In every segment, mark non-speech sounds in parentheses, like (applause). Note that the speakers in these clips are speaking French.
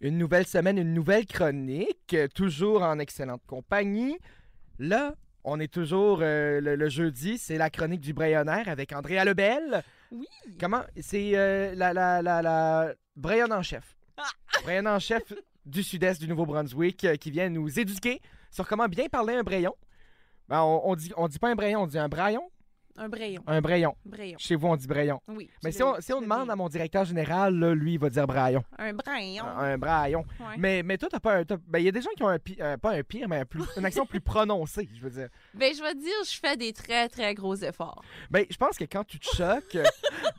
Une nouvelle semaine, une nouvelle chronique, euh, toujours en excellente compagnie. Là, on est toujours euh, le, le jeudi, c'est la chronique du Brayonnaire avec Andrea Lebel. Oui. Comment C'est euh, la, la, la, la Brayonne en chef. Ah! Brayonne en (laughs) chef du sud-est du Nouveau-Brunswick euh, qui vient nous éduquer sur comment bien parler un Brayon. Ben, on, on dit, on dit pas un Brayon, on dit un Brayon. Un brayon. Un Brayon. Brayon. Chez vous, on dit Brayon. Oui. Mais je si on, l'ai- si je on l'ai demande bien. à mon directeur général, là, lui, il va dire Brayon. Un brayon. Un braillon. Ouais. Mais, mais toi, t'as pas un. t'as- ben, il y a des gens qui ont un pi- euh, pas un pire, mais un plus- une action plus prononcée, je veux dire. Ben, je vais te dire, je fais des très, très gros efforts. Ben, je pense que quand tu te (laughs) choques, euh,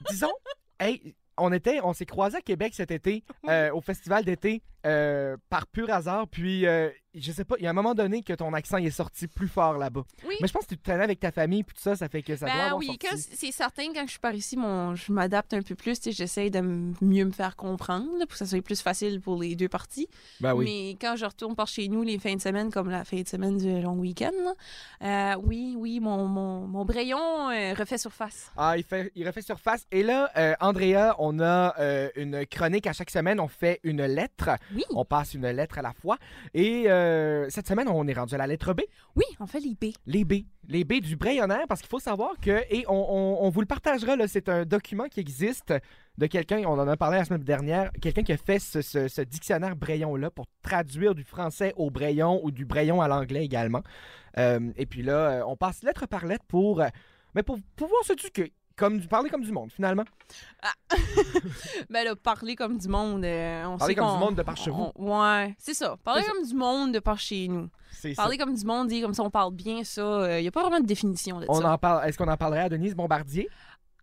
disons, hey, on était, on s'est croisés à Québec cet été, euh, au festival d'été, euh, par pur hasard. Puis, euh, je sais pas, il y a un moment donné que ton accent il est sorti plus fort là-bas. Oui. Mais je pense que tu te traînais avec ta famille, puis tout ça, ça fait que ça doit ben avoir oui, sorti. quand- c'est certain, quand je suis par ici, mon, je m'adapte un peu plus. tu sais, J'essaye de m- mieux me faire comprendre là, pour que ça soit plus facile pour les deux parties. Ben oui. Mais quand je retourne par chez nous les fins de semaine, comme la fin de semaine du long week-end, là, euh, oui, oui, mon, mon, mon brayon euh, refait surface. Ah, il, fait, il refait surface. Et là, euh, Andrea, on a euh, une chronique à chaque semaine. On fait une lettre. Oui, On passe une lettre à la fois. Et euh, cette semaine, on est rendu à la lettre B. oui, on fait les B. Les B. Les B du Brayonnaire, parce qu'il faut savoir que, et on, on- on vous le partagera, là, c'est un document qui existe de quelqu'un, on en a parlé la semaine dernière, quelqu'un qui a fait ce, ce- ce dictionnaire Brayon-là pour traduire du français au Brayon ou du Brayon à l'anglais également. Euh, et puis là, euh, on passe lettre par lettre pour, euh, mais pour pouvoir se tuer, comme du, parler comme du monde, finalement. Ben là, parler comme du monde. euh, on Parler sait comme qu'on- du monde de par chez vous. on- ouais, c'est ça. Parler C'est ça. comme du monde de par chez nous. C'est ça. Parler comme du monde, dire comme ça, on parle bien ça. Il n'y a pas vraiment de définition de On ça. en parle, est-ce qu'on en parlerait à Denise Bombardier?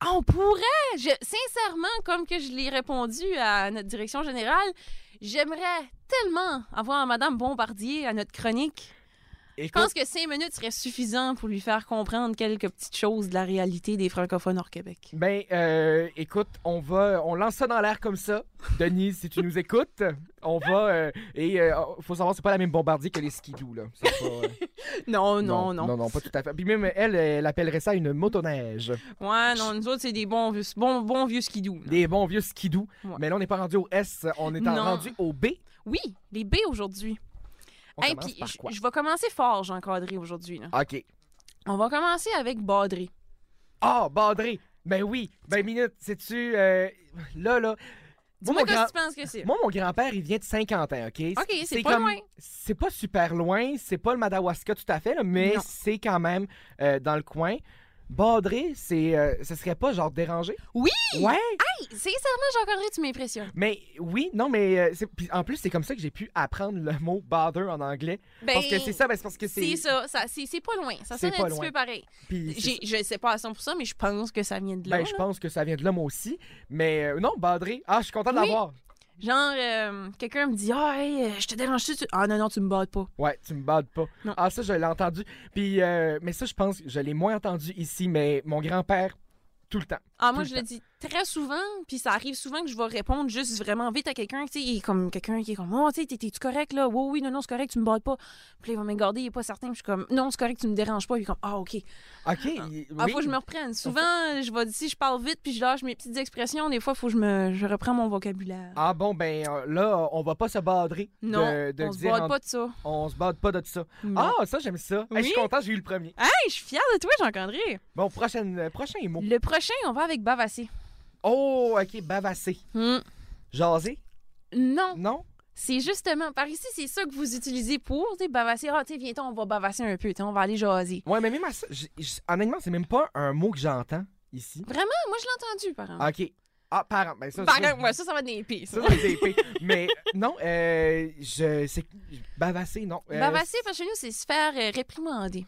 Ah, on pourrait! Je- sincèrement, comme que je l'ai répondu à notre direction générale, j'aimerais tellement avoir Madame Bombardier à notre chronique. Et Je pense que cinq minutes serait suffisant pour lui faire comprendre quelques petites choses de la réalité des francophones hors Québec. Ben, euh, écoute, on va, on lance ça dans l'air comme ça. Denise, si tu nous écoutes, on va. euh, et euh, faut savoir, c'est pas la même bombardier que les skidoo là. C'est pas, euh, Non, (laughs) non, non. non, non, pas tout à fait. Puis même elle, elle appellerait ça une motoneige. Ouais, non, nous autres, c'est des bons vieux, bons, bons vieux skidou. Des bons vieux skidoo. Ouais. Mais là, on n'est pas rendu au S, on est en- Non. rendu au B. Oui, les B aujourd'hui. On Hey, commence puis par je- quoi je vais commencer fort, Jean Cadré, aujourd'hui. là. Ok. On va commencer avec Baudry. Ah, Badré. Ben oui. Ben minute, sais-tu euh, là là. Dis-moi mon qu'est-ce grand- que tu penses que c'est. Moi, mon grand-père, il vient de 50 ans, OK? OK, c'est pas loin. C'est pas super loin, c'est pas le Madawaska tout à fait, là, mais Non. c'est quand même euh, dans le coin. Badré, c'est, euh, ce serait pas genre dérangé? Oui! Ouais! Hey, sincèrement, Jean Cadré, tu m'impressionnes. Mais oui, non, mais euh, c'est- puis en plus, c'est comme ça que j'ai pu apprendre le mot bother en anglais. Ben, parce que c'est ça, ben, c'est parce que c'est. C'est ça, ça c'est c'est pas loin. Ça C'est sonne pas un petit loin. peu pareil. Puis c'est J'ai- Je sais pas à 100%, mais je pense que ça vient de là. Ben, je là. pense que ça vient de l'homme aussi. Mais euh, non, Badré. Ah, je suis content de Oui. l'avoir. Genre, euh, quelqu'un me dit Ah, hey, euh, je te dérange-tu Tu- Ah, non, non, tu me bades pas. Ouais, tu me bades pas. Non. Ah, ça, je l'ai entendu. Puis, euh, mais ça, je pense, que je l'ai moins entendu ici, mais mon grand-père, tout le temps. Ah, moi, Tout je le le dis très souvent, puis ça arrive souvent que je vais répondre juste vraiment vite à quelqu'un, tu sais, il est comme quelqu'un qui est comme, oh, tu sais, t'es- t'es-tu correct, là? Oui, oui, non, non, c'est correct, tu me bats pas. Puis là, il va me regarder, il est pas certain, puis je suis comme, non, c'est correct, tu me déranges pas. Il est comme, ah, OK. OK. il- Ah, oui. faut que je me reprenne. Souvent, je vais, si je parle vite, puis je lâche mes petites expressions, des fois, faut que je me, je reprends mon vocabulaire. Ah bon, ben euh, là, on va pas se badrer. non, de, de on se dire bade en- pas de ça. On se bade pas de tout ça. Non. Ah, ça, j'aime ça. Hey, je suis Oui. Ah. content, j'ai eu le premier. Hey, je suis fière de toi, Jean-Candré. Bon, prochaine, euh, prochain mot. Le prochain, on va avec Bavassé. Oh, OK, bavasser. Hmm. Jaser? Non, Non? C'est justement, par ici, c'est ça que vous utilisez pour tu sais, bavasser. Ah, tu sais, viens-t'en, on va bavasser un peu, tu sais, on va aller jaser. Ouais, mais même à ça, j- j- honnêtement, c'est même pas un mot que j'entends ici. Vraiment, moi, je l'ai entendu, par exemple. OK. Ah, parent. Ben, ça, par ça, exemple, ouais, ça, ça va être des épées, ça. ça, c'est des épées. Mais non, euh, je. C'est. Bavasser, non. Euh, Bavasser, parce que chez nous, c'est se faire euh, réprimander.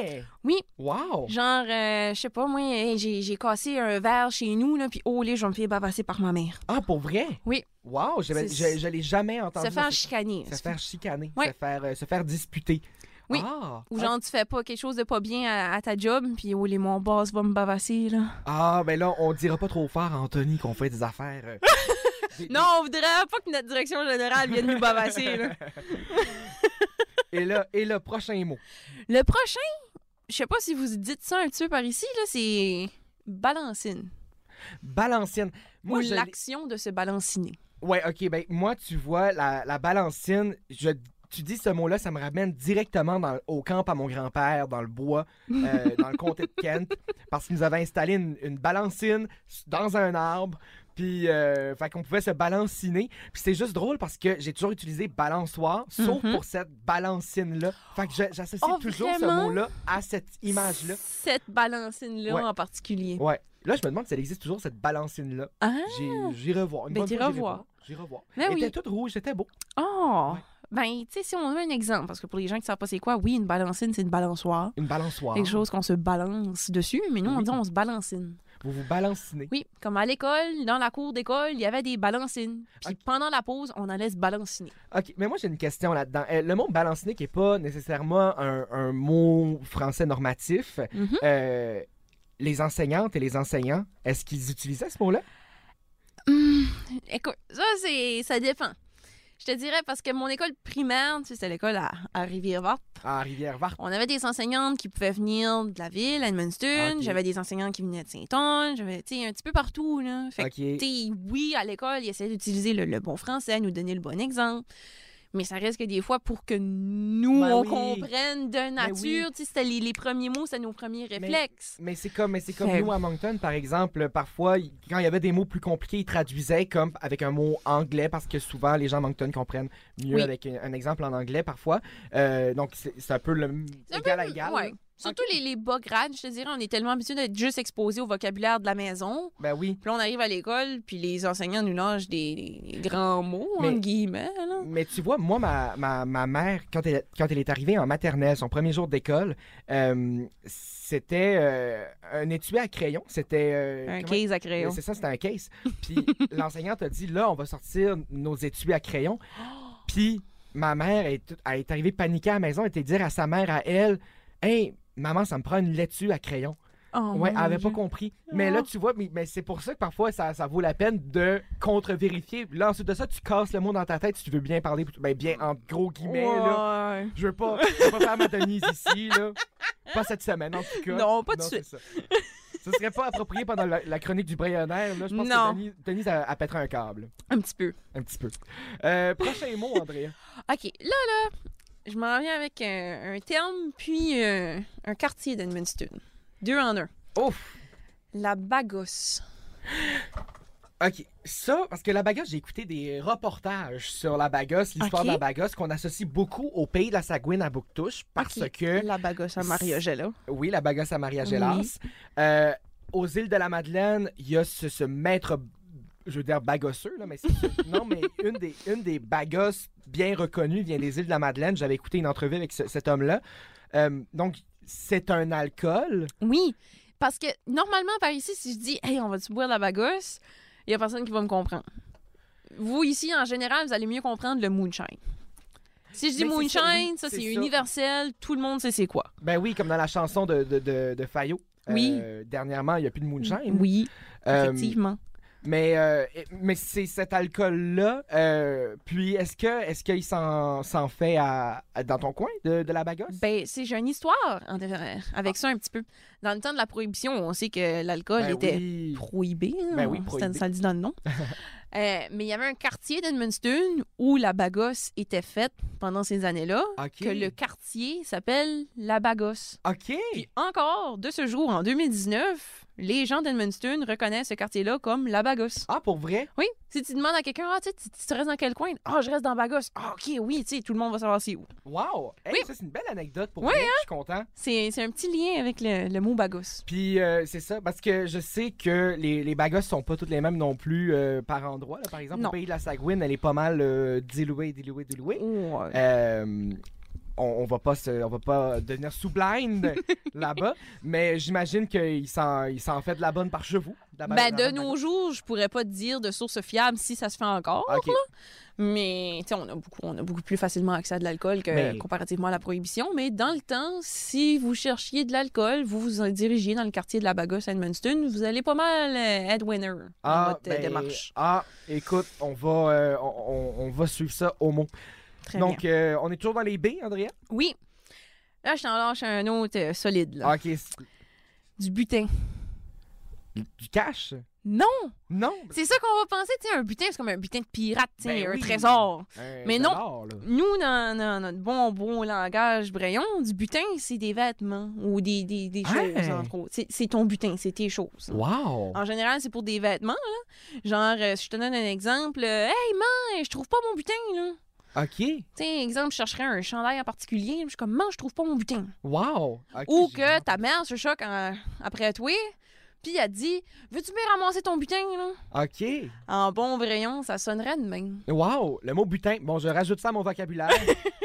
Hey! Oui. Wow! Genre, euh, je sais pas, moi, hey, j'ai j'ai cassé un verre chez nous, là, puis oh, là, je vais me faire bavasser par ma mère. Ah, pour vrai? Oui. Wow, j'avais- C'est- je, je l'ai jamais entendu. se faire dans ce- chicaner. Se faire chicaner, Ouais. se, faire, euh, se faire disputer. Oui. Ah, Ou ah, genre, tu fais pas quelque chose de pas bien à, à ta job, puis oh, les mon boss va me bavasser, là. ah, ben là, on dira pas trop fort, Anthony, qu'on fait des affaires. (laughs) euh, des- Non, on voudrait pas que notre direction générale vienne nous bavasser, là. Et là, et le prochain mot. Le prochain, je sais pas si vous dites ça un petit peu par ici, là, c'est balancine. Balancienne. Ou Moi, je l'ai- l'action de se balanciner. Ouais, ok, ben moi, tu vois, la, la balancine, je, tu dis ce mot-là, ça me ramène directement dans- au camp à mon grand-père, dans le bois, (laughs) euh, dans le comté de Kent, parce qu'il nous avait installé une, une balancine dans un arbre. Puis, euh, fait qu'on pouvait se balanciner. Puis c'est juste drôle parce que j'ai toujours utilisé balançoire, sauf Mhm. pour cette balancine-là. Fait que je- j'associe Oh, toujours ce vraiment? mot-là à cette image-là. Cette balancine-là Ouais. en particulier. Ouais. Là, je me demande si elle existe toujours, cette balancine-là. Ah! J'ai- J'irai voir. Une Ben, bonne t'y fois, j'irai revois. voir. J'irai voir. Ben elle oui. était toute rouge, c'était beau. Oh! Ouais. Ben, tu sais, si on a un exemple, parce que pour les gens qui savent pas c'est quoi, oui, une balancine, c'est une balançoire. Une balançoire. Quelque chose qu'on se balance dessus, mais nous, on Oui. dit on se balancine. Vous vous balancinez. Oui, comme à l'école, dans la cour d'école, il y avait des balancines. Puis Ok. pendant la pause, on allait se balanciner. OK, mais moi j'ai une question là-dedans. Euh, le mot balanciner qui n'est pas nécessairement un, un mot français normatif, Mhm. euh, les enseignantes et les enseignants, est-ce qu'ils utilisaient ce mot-là? Hum, écoute, ça, c'est, ça dépend. Je te dirais parce que mon école primaire, tu sais, c'était l'école à, à Rivière-Verte. À Rivière-Verte. On avait des enseignantes qui pouvaient venir de la ville, à Edmundston. Ah, Ok. J'avais des enseignantes qui venaient de Saint-Anne. J'avais, tu sais, un petit peu partout, là. Fait que, OK. tu sais, oui, à l'école, ils essayaient d'utiliser le, le bon français, nous donner le bon exemple. Mais ça reste que des fois, pour que nous, Ben on oui. comprenne de nature, tu sais, c'était les, les premiers mots, c'était nos premiers réflexes. Mais c'est comme, mais c'est comme Fait- nous à Moncton, par exemple, parfois, il- quand il y avait des mots plus compliqués, ils traduisaient comme avec un mot anglais parce que souvent les gens à Moncton comprennent mieux Oui. avec un, un exemple en anglais parfois. Euh, donc c'est c'est un peu le m- C'est un égal peu- à égal. ouais. Surtout les, les bas grades, je te dirais, on est tellement habitué d'être juste exposé au vocabulaire de la maison. Ben oui. Puis là, on arrive à l'école, puis les enseignants nous lâchent des, des- des grands mots, Mais- entre guillemets. là. Mais tu vois, moi, ma, ma, ma mère, quand elle, quand elle est arrivée en maternelle, son premier jour d'école, euh, c'était euh, un étui à crayon. C'était. euh, Un comment- case à crayon. C'est ça, c'était un case. Puis (laughs) l'enseignante a dit là, on va sortir nos étuis à crayon. Puis ma mère est, tout- elle est arrivée paniquée à la maison, elle était dire à sa mère, à elle, Hey, maman, ça me prend une laitue à crayon. Oh, ouais, elle mon avait pas Dieu. compris. Mais là, Ah. tu vois, mais, mais c'est pour ça que parfois, ça, ça vaut la peine de contre-vérifier. Là, ensuite de ça, tu casses le mot dans ta tête si tu veux bien parler, ben, bien en gros guillemets. Là. Ouais. Je veux pas, je veux pas faire ma Denise ici, là. Pas cette semaine, en tout cas. Non, pas de suite. c'est ça. Ce serait pas approprié pendant la, la chronique du Brayonnaire, là. Je pense Non. que Denise, Denise elle, elle pètera un câble, Un petit peu. un petit peu. Euh, prochain mot, Andrea. OK, là, là, je m'en viens avec un, un terme, puis euh, un quartier d'Edmundston. Deux en un. Ouf! La bagosse. OK. Ça, parce que la bagosse, j'ai écouté des reportages sur la bagosse, l'histoire Ok. de la bagosse, qu'on associe beaucoup au pays de la Sagouine à Bouctouche, parce Ok. que, La bagosse à Maria Gella. oui, la bagosse à Maria Oui. Gélas. Euh, aux îles de la Madeleine, il y a ce, ce maître, je veux dire bagosseux, là, mais c'est (laughs) non, mais une des, une des bagosses bien reconnues vient des îles de la Madeleine. J'avais écouté une entrevue avec ce- cet homme-là. Euh, donc, c'est un alcool. Oui, parce que normalement, par ici, si je dis « Hey, on va-tu boire de la bagosse? » Il y a personne qui va me comprendre. Vous, ici, en général, vous allez mieux comprendre le moonshine. Si je dis Mais c'est ça, moonshine, oui, ça, c'est c'est ça. universel, tout le monde sait c'est quoi. Ben oui, comme dans la chanson de, de, de, de Fayot. Oui. Euh, dernièrement, il n'y a plus de moonshine. Oui, Euh, effectivement. Mais, euh, mais c'est cet alcool-là. euh, puis, est-ce que est-ce qu'il s'en, s'en fait à, à- dans ton coin de, de la bagosse? Ben, c'est j'ai une histoire en- euh, avec ça un petit peu. Dans le temps de la prohibition, on sait que l'alcool Ben était oui. prohibé. hein, Ben oui, on- prohibé. Ça, ça le dit dans (laughs) le nom. Euh, mais il y avait un quartier d'Edmundston où la bagosse était faite pendant ces années-là. OK. que le quartier s'appelle La Bagosse. OK. Puis encore, de ce jour, en 2019, les gens d'Edmundston reconnaissent ce quartier-là comme La Bagosse. Ah, pour vrai? Oui, si tu demandes à quelqu'un, ah, tu sais, tu tu te restes dans quel coin? Ah, je reste dans Bagosse. Ah, ok, oui, tu sais, tout le monde va savoir c'est où. Wow! Hey, Oui. Ça, c'est une belle anecdote pour Oui, hein? moi. Je suis content. C'est c'est un petit lien avec le, le mot Bagosse. Puis, euh, c'est ça, parce que je sais que les, les bagosses sont pas toutes les mêmes non plus euh, par endroit. là. Par exemple, Non. au pays de la Sagouine, elle est pas mal euh, diluée, diluée, diluée. Oh, Ouais. Euh, on, on va pas se- on va pas devenir sous (laughs) blind là-bas, mais j'imagine qu'il s'en, il s'en fait de la bonne par chez vous. de la bonne- Ben, de la de bonne nos jours, je pourrais pas te dire de source fiable si ça se fait encore, bagarre. Ok. mais tu sais, on a beaucoup, on a beaucoup plus facilement accès à de l'alcool que Mais- comparativement à la prohibition. Mais dans le temps, si vous cherchiez de l'alcool, vous vous en dirigiez dans le quartier de la Bagosse à Edmundston, vous allez pas mal euh, être winner dans votre euh, ben, démarche. ah, écoute, on va, euh, on, on- on va suivre ça au mot. Très bien. Donc, euh, on est toujours dans les baies, Andrea? Oui. Là, je t'en lâche un Ah. autre euh, solide. là. Ok. c'est- Du butin. Du cash? Non! Non! C'est ça qu'on va penser, tu sais, un butin, c'est comme un butin de pirate, tu sais, Ben un oui. trésor. Un Mais non. dollar, là. Nous, dans, dans notre bon, bon langage brayon, du butin, c'est des vêtements ou des, des, des Hey! choses, entre autres. C'est- C'est ton butin, c'est tes choses. Wow! En général, c'est pour des vêtements, là. Genre, euh, si je te donne un exemple, euh, hey man, je trouve pas mon butin, là. OK. Tu sais, exemple, je chercherais un chandail en particulier, je suis comme, man, je trouve pas mon butin. Wow! Ok, Ou j'ai que vraiment- ta mère se choque euh, après toi, puis elle dit, veux-tu bien ramasser ton butin, là? OK. En bon vrayon, ça sonnerait de même. Wow! Le mot butin. Bon, je rajoute ça à mon (laughs) vocabulaire.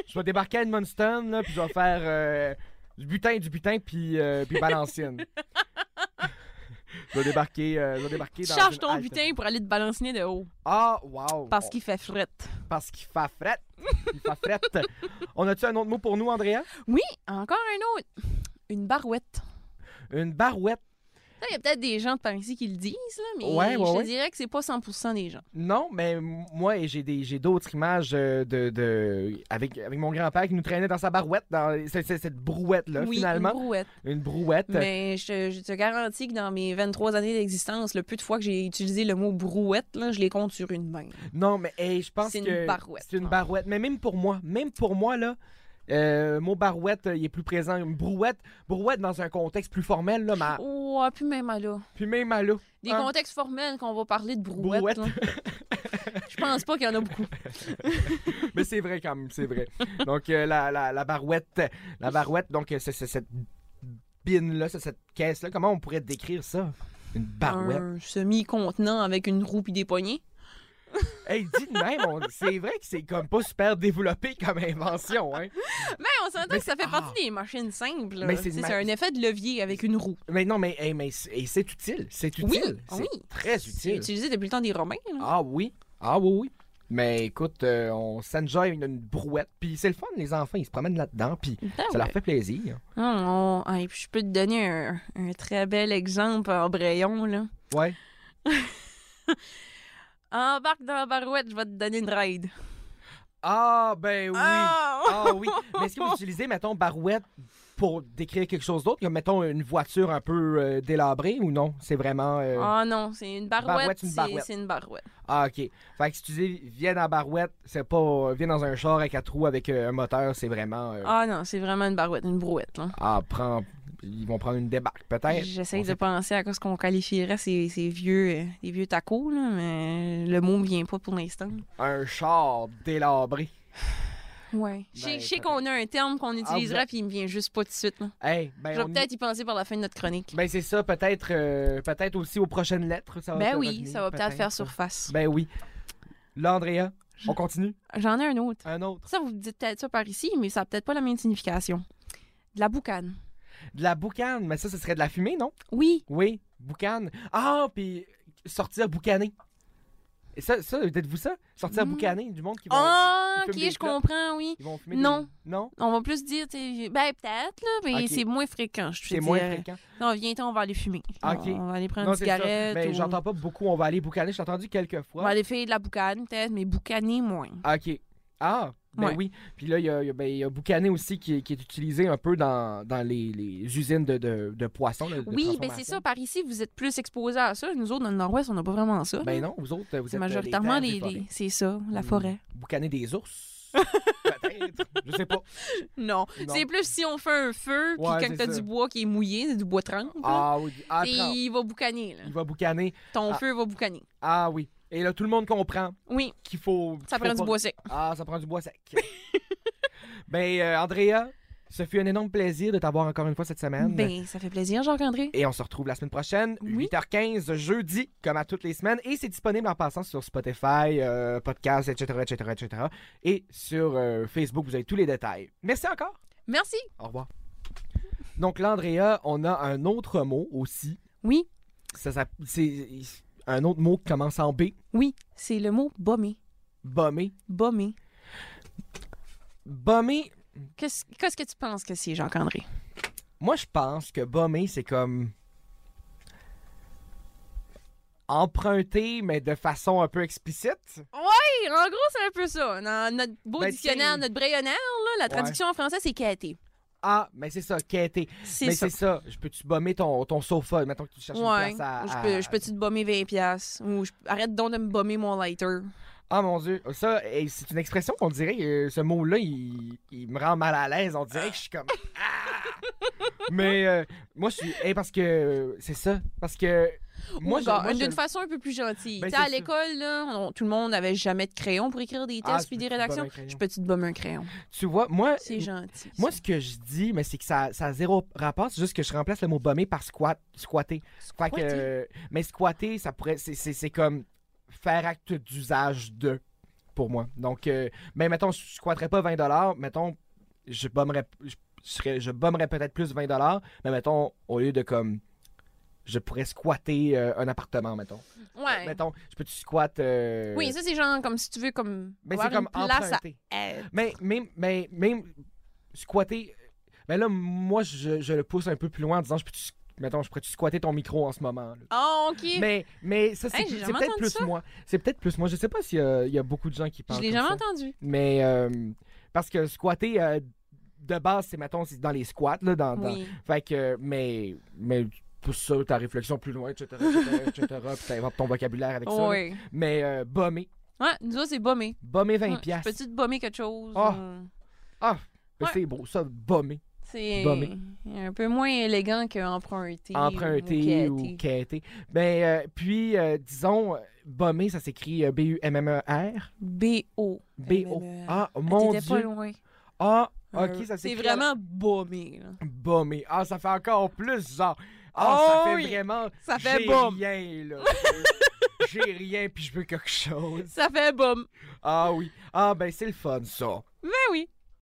je vais débarquer à Edmundston, là, puis je vais faire euh, du butin, du butin, puis, euh, puis (laughs) Valenciennes. je vais débarquer, euh, je vais débarquer Tu dans charges une ton halte. butin pour aller te balanciner de haut, Ah, wow! parce qu'il fait frette. Parce qu'il fait frette. Il fait (laughs) frette. On a-tu un autre mot pour nous, Andrea? Encore un autre, une barouette. Une barouette. Ça, Il y a peut-être des gens de par ici qui le disent, là, mais Ouais, ouais, je te ouais. dirais que c'est pas 100% des gens. Non, mais m- moi, et j'ai des j'ai d'autres images euh, de, de avec, avec mon grand-père qui nous traînait dans sa barouette, dans c'est- c'est- cette brouette-là, oui, finalement. une brouette. Une brouette. Mais je, te- je te garantis que dans mes 23 années d'existence, le peu de fois que j'ai utilisé le mot brouette, là, je les compte sur une main. Non, mais hey, je pense que C'est une barouette, hein. C'est une ouais. barouette. Mais même pour moi, même pour moi, là, euh, mot barouette, euh, il est plus présent. Une brouette, brouette dans un contexte plus formel, là, ma... Oh, puis même à là. puis même à là. Des Hein? contextes formels qu'on va parler de brouette. Brouette. (laughs) là. je pense pas qu'il y en a beaucoup. Mais c'est vrai quand même, c'est (laughs) vrai. Donc, euh, la, la, la barouette, la barouette, donc, euh, c'est c'est cette bine-là, c'est cette caisse-là. Comment on pourrait décrire ça? Une barouette. Un semi-contenant avec une roue puis des poignées. Hey, dis de même, on- c'est vrai que c'est comme pas super développé comme invention, hein? Mais Ben, on s'entend Mais que ça fait c'est- partie ah! des machines simples. là. Mais c'est Tu sais, une C'est ma- un effet de levier avec une roue. Mais non, mais, hey, mais c'est- et c'est utile, c'est Oui, utile. c'est oui. Très C'est utile. utilisé depuis le temps des Romains. là. Ah oui, ah oui, oui. Mais écoute, euh, on s'enjoy une, une brouette, puis c'est le fun, les enfants, ils se promènent là-dedans, puis Ah ça leur ouais. fait plaisir. Ah, on- ah, et puis je peux te donner un, un très bel exemple en brayon. Là. Ouais. Embarque dans la barouette, je vais te donner une ride. Ah, ben oui. Ah, Ah! oui. Mais est-ce que vous utilisez, mettons, barouette pour décrire quelque chose d'autre, comme, mettons, une voiture un peu euh, délabrée ou non? C'est vraiment... euh, Ah non, c'est une Barouette, barouette, une c'est- barouette. c'est une barouette. Ah, OK. Fait que si tu dis « viens dans barouette », c'est pas euh, viens dans un char à quatre roues avec euh, un moteur », c'est vraiment... euh, Ah non, c'est vraiment une barouette, une brouette. là. Ah, prends... Ils vont prendre une débarque, peut-être. J'essaie on de sait penser à quoi ce qu'on qualifierait ces, ces vieux, euh, les vieux tacos, là, mais le mot me vient pas pour l'instant. Un char délabré. Ouais. Je sais- Ben, Ah, je sais qu'on a un terme qu'on utiliserait, vous- puis il me vient juste pas tout de suite. là. Hey, ben, je vais on y- peut-être y penser par la fin de notre chronique. Ben c'est ça, peut-être euh, peut-être aussi aux prochaines lettres. Ah, Ça va Ben te oui, revenir, ça va peut-être faire surface. Ben oui. Là, Andrea, on continue. J'en ai un autre. Un autre. Ça, vous me dites peut-être ça par ici, mais ça n'a peut-être pas la même signification. De la boucane. De la boucane, mais ça, ce serait de la fumée, non? Oui. Oui, boucane. Ah, puis sortir boucaner. Et ça, ça dites-vous ça? Sortir Mm. boucaner du monde qui vont, Ah, ils ok, fument des je clopes. comprends, oui. ils vont fumer. non. des- Non? On va plus dire, t'sais, ben peut-être, là, mais Ok. c'est moins fréquent, je te C'est moins dirais. fréquent. Ah, Non, viens-t'en, on va aller fumer. Ok. On va aller prendre non, une c'est ça. cigarette. Mais ou- j'entends pas beaucoup, on va aller boucaner. J'ai entendu quelques On fois. va aller faire de la boucane, peut-être, mais boucaner moins. OK. Ah, ben Ouais. oui. Puis là, il y a, il y a- ben, il y a boucané aussi qui, est- qui est utilisé un peu dans, dans les, les usines de, de, de poissons. de- de Oui, ben transformation. c'est ça, par ici, vous êtes plus exposés à ça. Nous autres, dans le Nord-Ouest, on n'a pas vraiment ça. Ben non, vous autres, vous êtes c'est euh, majoritairement les, les. terres et les- forêts. C'est ça, la Mm. forêt. Boucaner des (laughs) ours. Peut-être. Je sais pas. Non. Non. C'est plus si on fait un feu, puis Ouais, c'est quand t'as ça. du bois qui est mouillé, c'est du bois trempe. là, Ah oui. Ah, et trente. il va boucaner, là. Il va boucaner. Ton Ah. feu va boucaner. Ah oui. Et là, tout le monde comprend Oui, qu'il faut. qu'il ça faut prend du pas- bois sec. Ah, ça prend du bois sec. (laughs) ben, euh, Andrea, ce fut un énorme plaisir de t'avoir encore une fois cette semaine. Ben, ça fait plaisir, Jacques-André. Et on se retrouve la semaine prochaine, Oui. 8h15, jeudi, comme à toutes les semaines. Et c'est disponible en passant sur Spotify, euh, podcast, etc., etc., etc. Et sur euh, Facebook, vous avez tous les détails. Merci encore. Merci. Au revoir. Donc là, Andrea, on a un autre mot aussi. Oui, Ça, s'app- c'est un autre mot qui commence en B. oui, c'est le mot bomber. Bomber. Bomber. Bomber, Qu'est-ce qu'est-ce que tu penses que c'est, Jacques-André? moi je pense que bomber, c'est comme... Emprunter, mais de façon un peu explicite. Hey, en gros, c'est un peu ça. Dans notre beau Ben, dictionnaire, tu sais- notre brayonnaire, là, la traduction en français, c'est caté. Ah, mais c'est ça, quêter. C'est Mais ça. Ben, c'est ça. Je peux-tu bomber ton, ton sofa? Mettons que tu cherches Ouais. une place Ou à. je à- peux, je peux-tu te bomber 20$? piastres? Ou je- arrête donc de me bomber mon lighter. Ah mon dieu, ça, eh, c'est une expression qu'on dirait, euh, ce mot-là, il, il me rend mal à l'aise, on dirait que je suis comme... (laughs) Ah! Mais euh, moi, je suis... eh, parce que... euh, c'est ça, parce que... Moi, Ou je- gar- moi, je- Ah, d'une façon un peu plus gentille. Ben, Tu sais, à c'est ça. l'école, là, on- tout le monde n'avait jamais de crayon pour écrire des tests Ah, je puis des peux-tu te rédactions. bomber un crayon? Je peux-tu te bomber un crayon? Tu vois, moi... C'est gentil. Moi, ce que je dis, mais c'est que ça, ça a zéro rapport, c'est juste que je remplace le mot bomber par squat, squatter. Fait que, Squatter. euh, mais squatter, ça pourrait, c'est, c'est- c'est comme faire acte d'usage de, pour moi. Donc, euh, mais mettons, je squatterais pas 20 mettons, je bomberais, je, je serais- je bomberais peut-être plus 20 mais mettons, au lieu de comme, je pourrais squatter euh, un appartement, mettons. Ouais. Mettons, je peux-tu squatter... ben, euh, Oui, ça, c'est genre comme si tu veux comme mais avoir c'est comme une place à emprunter. être. Mais même, mais, même squatter. Mais là, moi, je, je le pousse un peu plus loin en disant je peux Mettons, je pourrais-tu squatter ton micro en ce moment? là? Ah, OK. Mais, mais ça, c'est, Hey, j'ai plus- c'est jamais peut-être entendu plus ça. moi. C'est peut-être plus moi. Je sais pas s'il y a- il y, a beaucoup de gens qui parlent. je l'ai comme jamais ça. entendu. Mais euh, parce que squatter, euh, de base, c'est, mettons, c'est dans les squats. Là, dans, dans- Oui. Fait que, euh, mais, mais pousse ça, ta réflexion plus loin, etc. etc., etc., (laughs) puis t'inventes ton vocabulaire avec ça. là. Oui. Mais euh, bomber. Ouais, nous autres, c'est bomber. Bomber 20$. Ouais, piastres. Peux-tu te bomber quelque chose? Ah. ou- Mais C'est beau, ça, bomber. C'est Bomber. un peu moins élégant qu'emprunter. emprunté ou quêté. Ben, euh, puis, euh, disons, euh, bomber, ça s'écrit euh, B-U-M-M-E-R. B-O. B-O. M-M-E-R. Ah, mon T'étais pas Dieu. loin. Ah, ok, Euh, ça C'est s'écrit. vraiment bomber. là. Bomber. Ah, ça fait encore plus genre. Oh Ah, ça fait oui. vraiment. Ça fait J'ai bum. rien, (laughs) là. J'ai rien, puis je veux quelque chose. Ça fait bum. Ah oui. Ah, ben, c'est le fun, ça. Ben oui.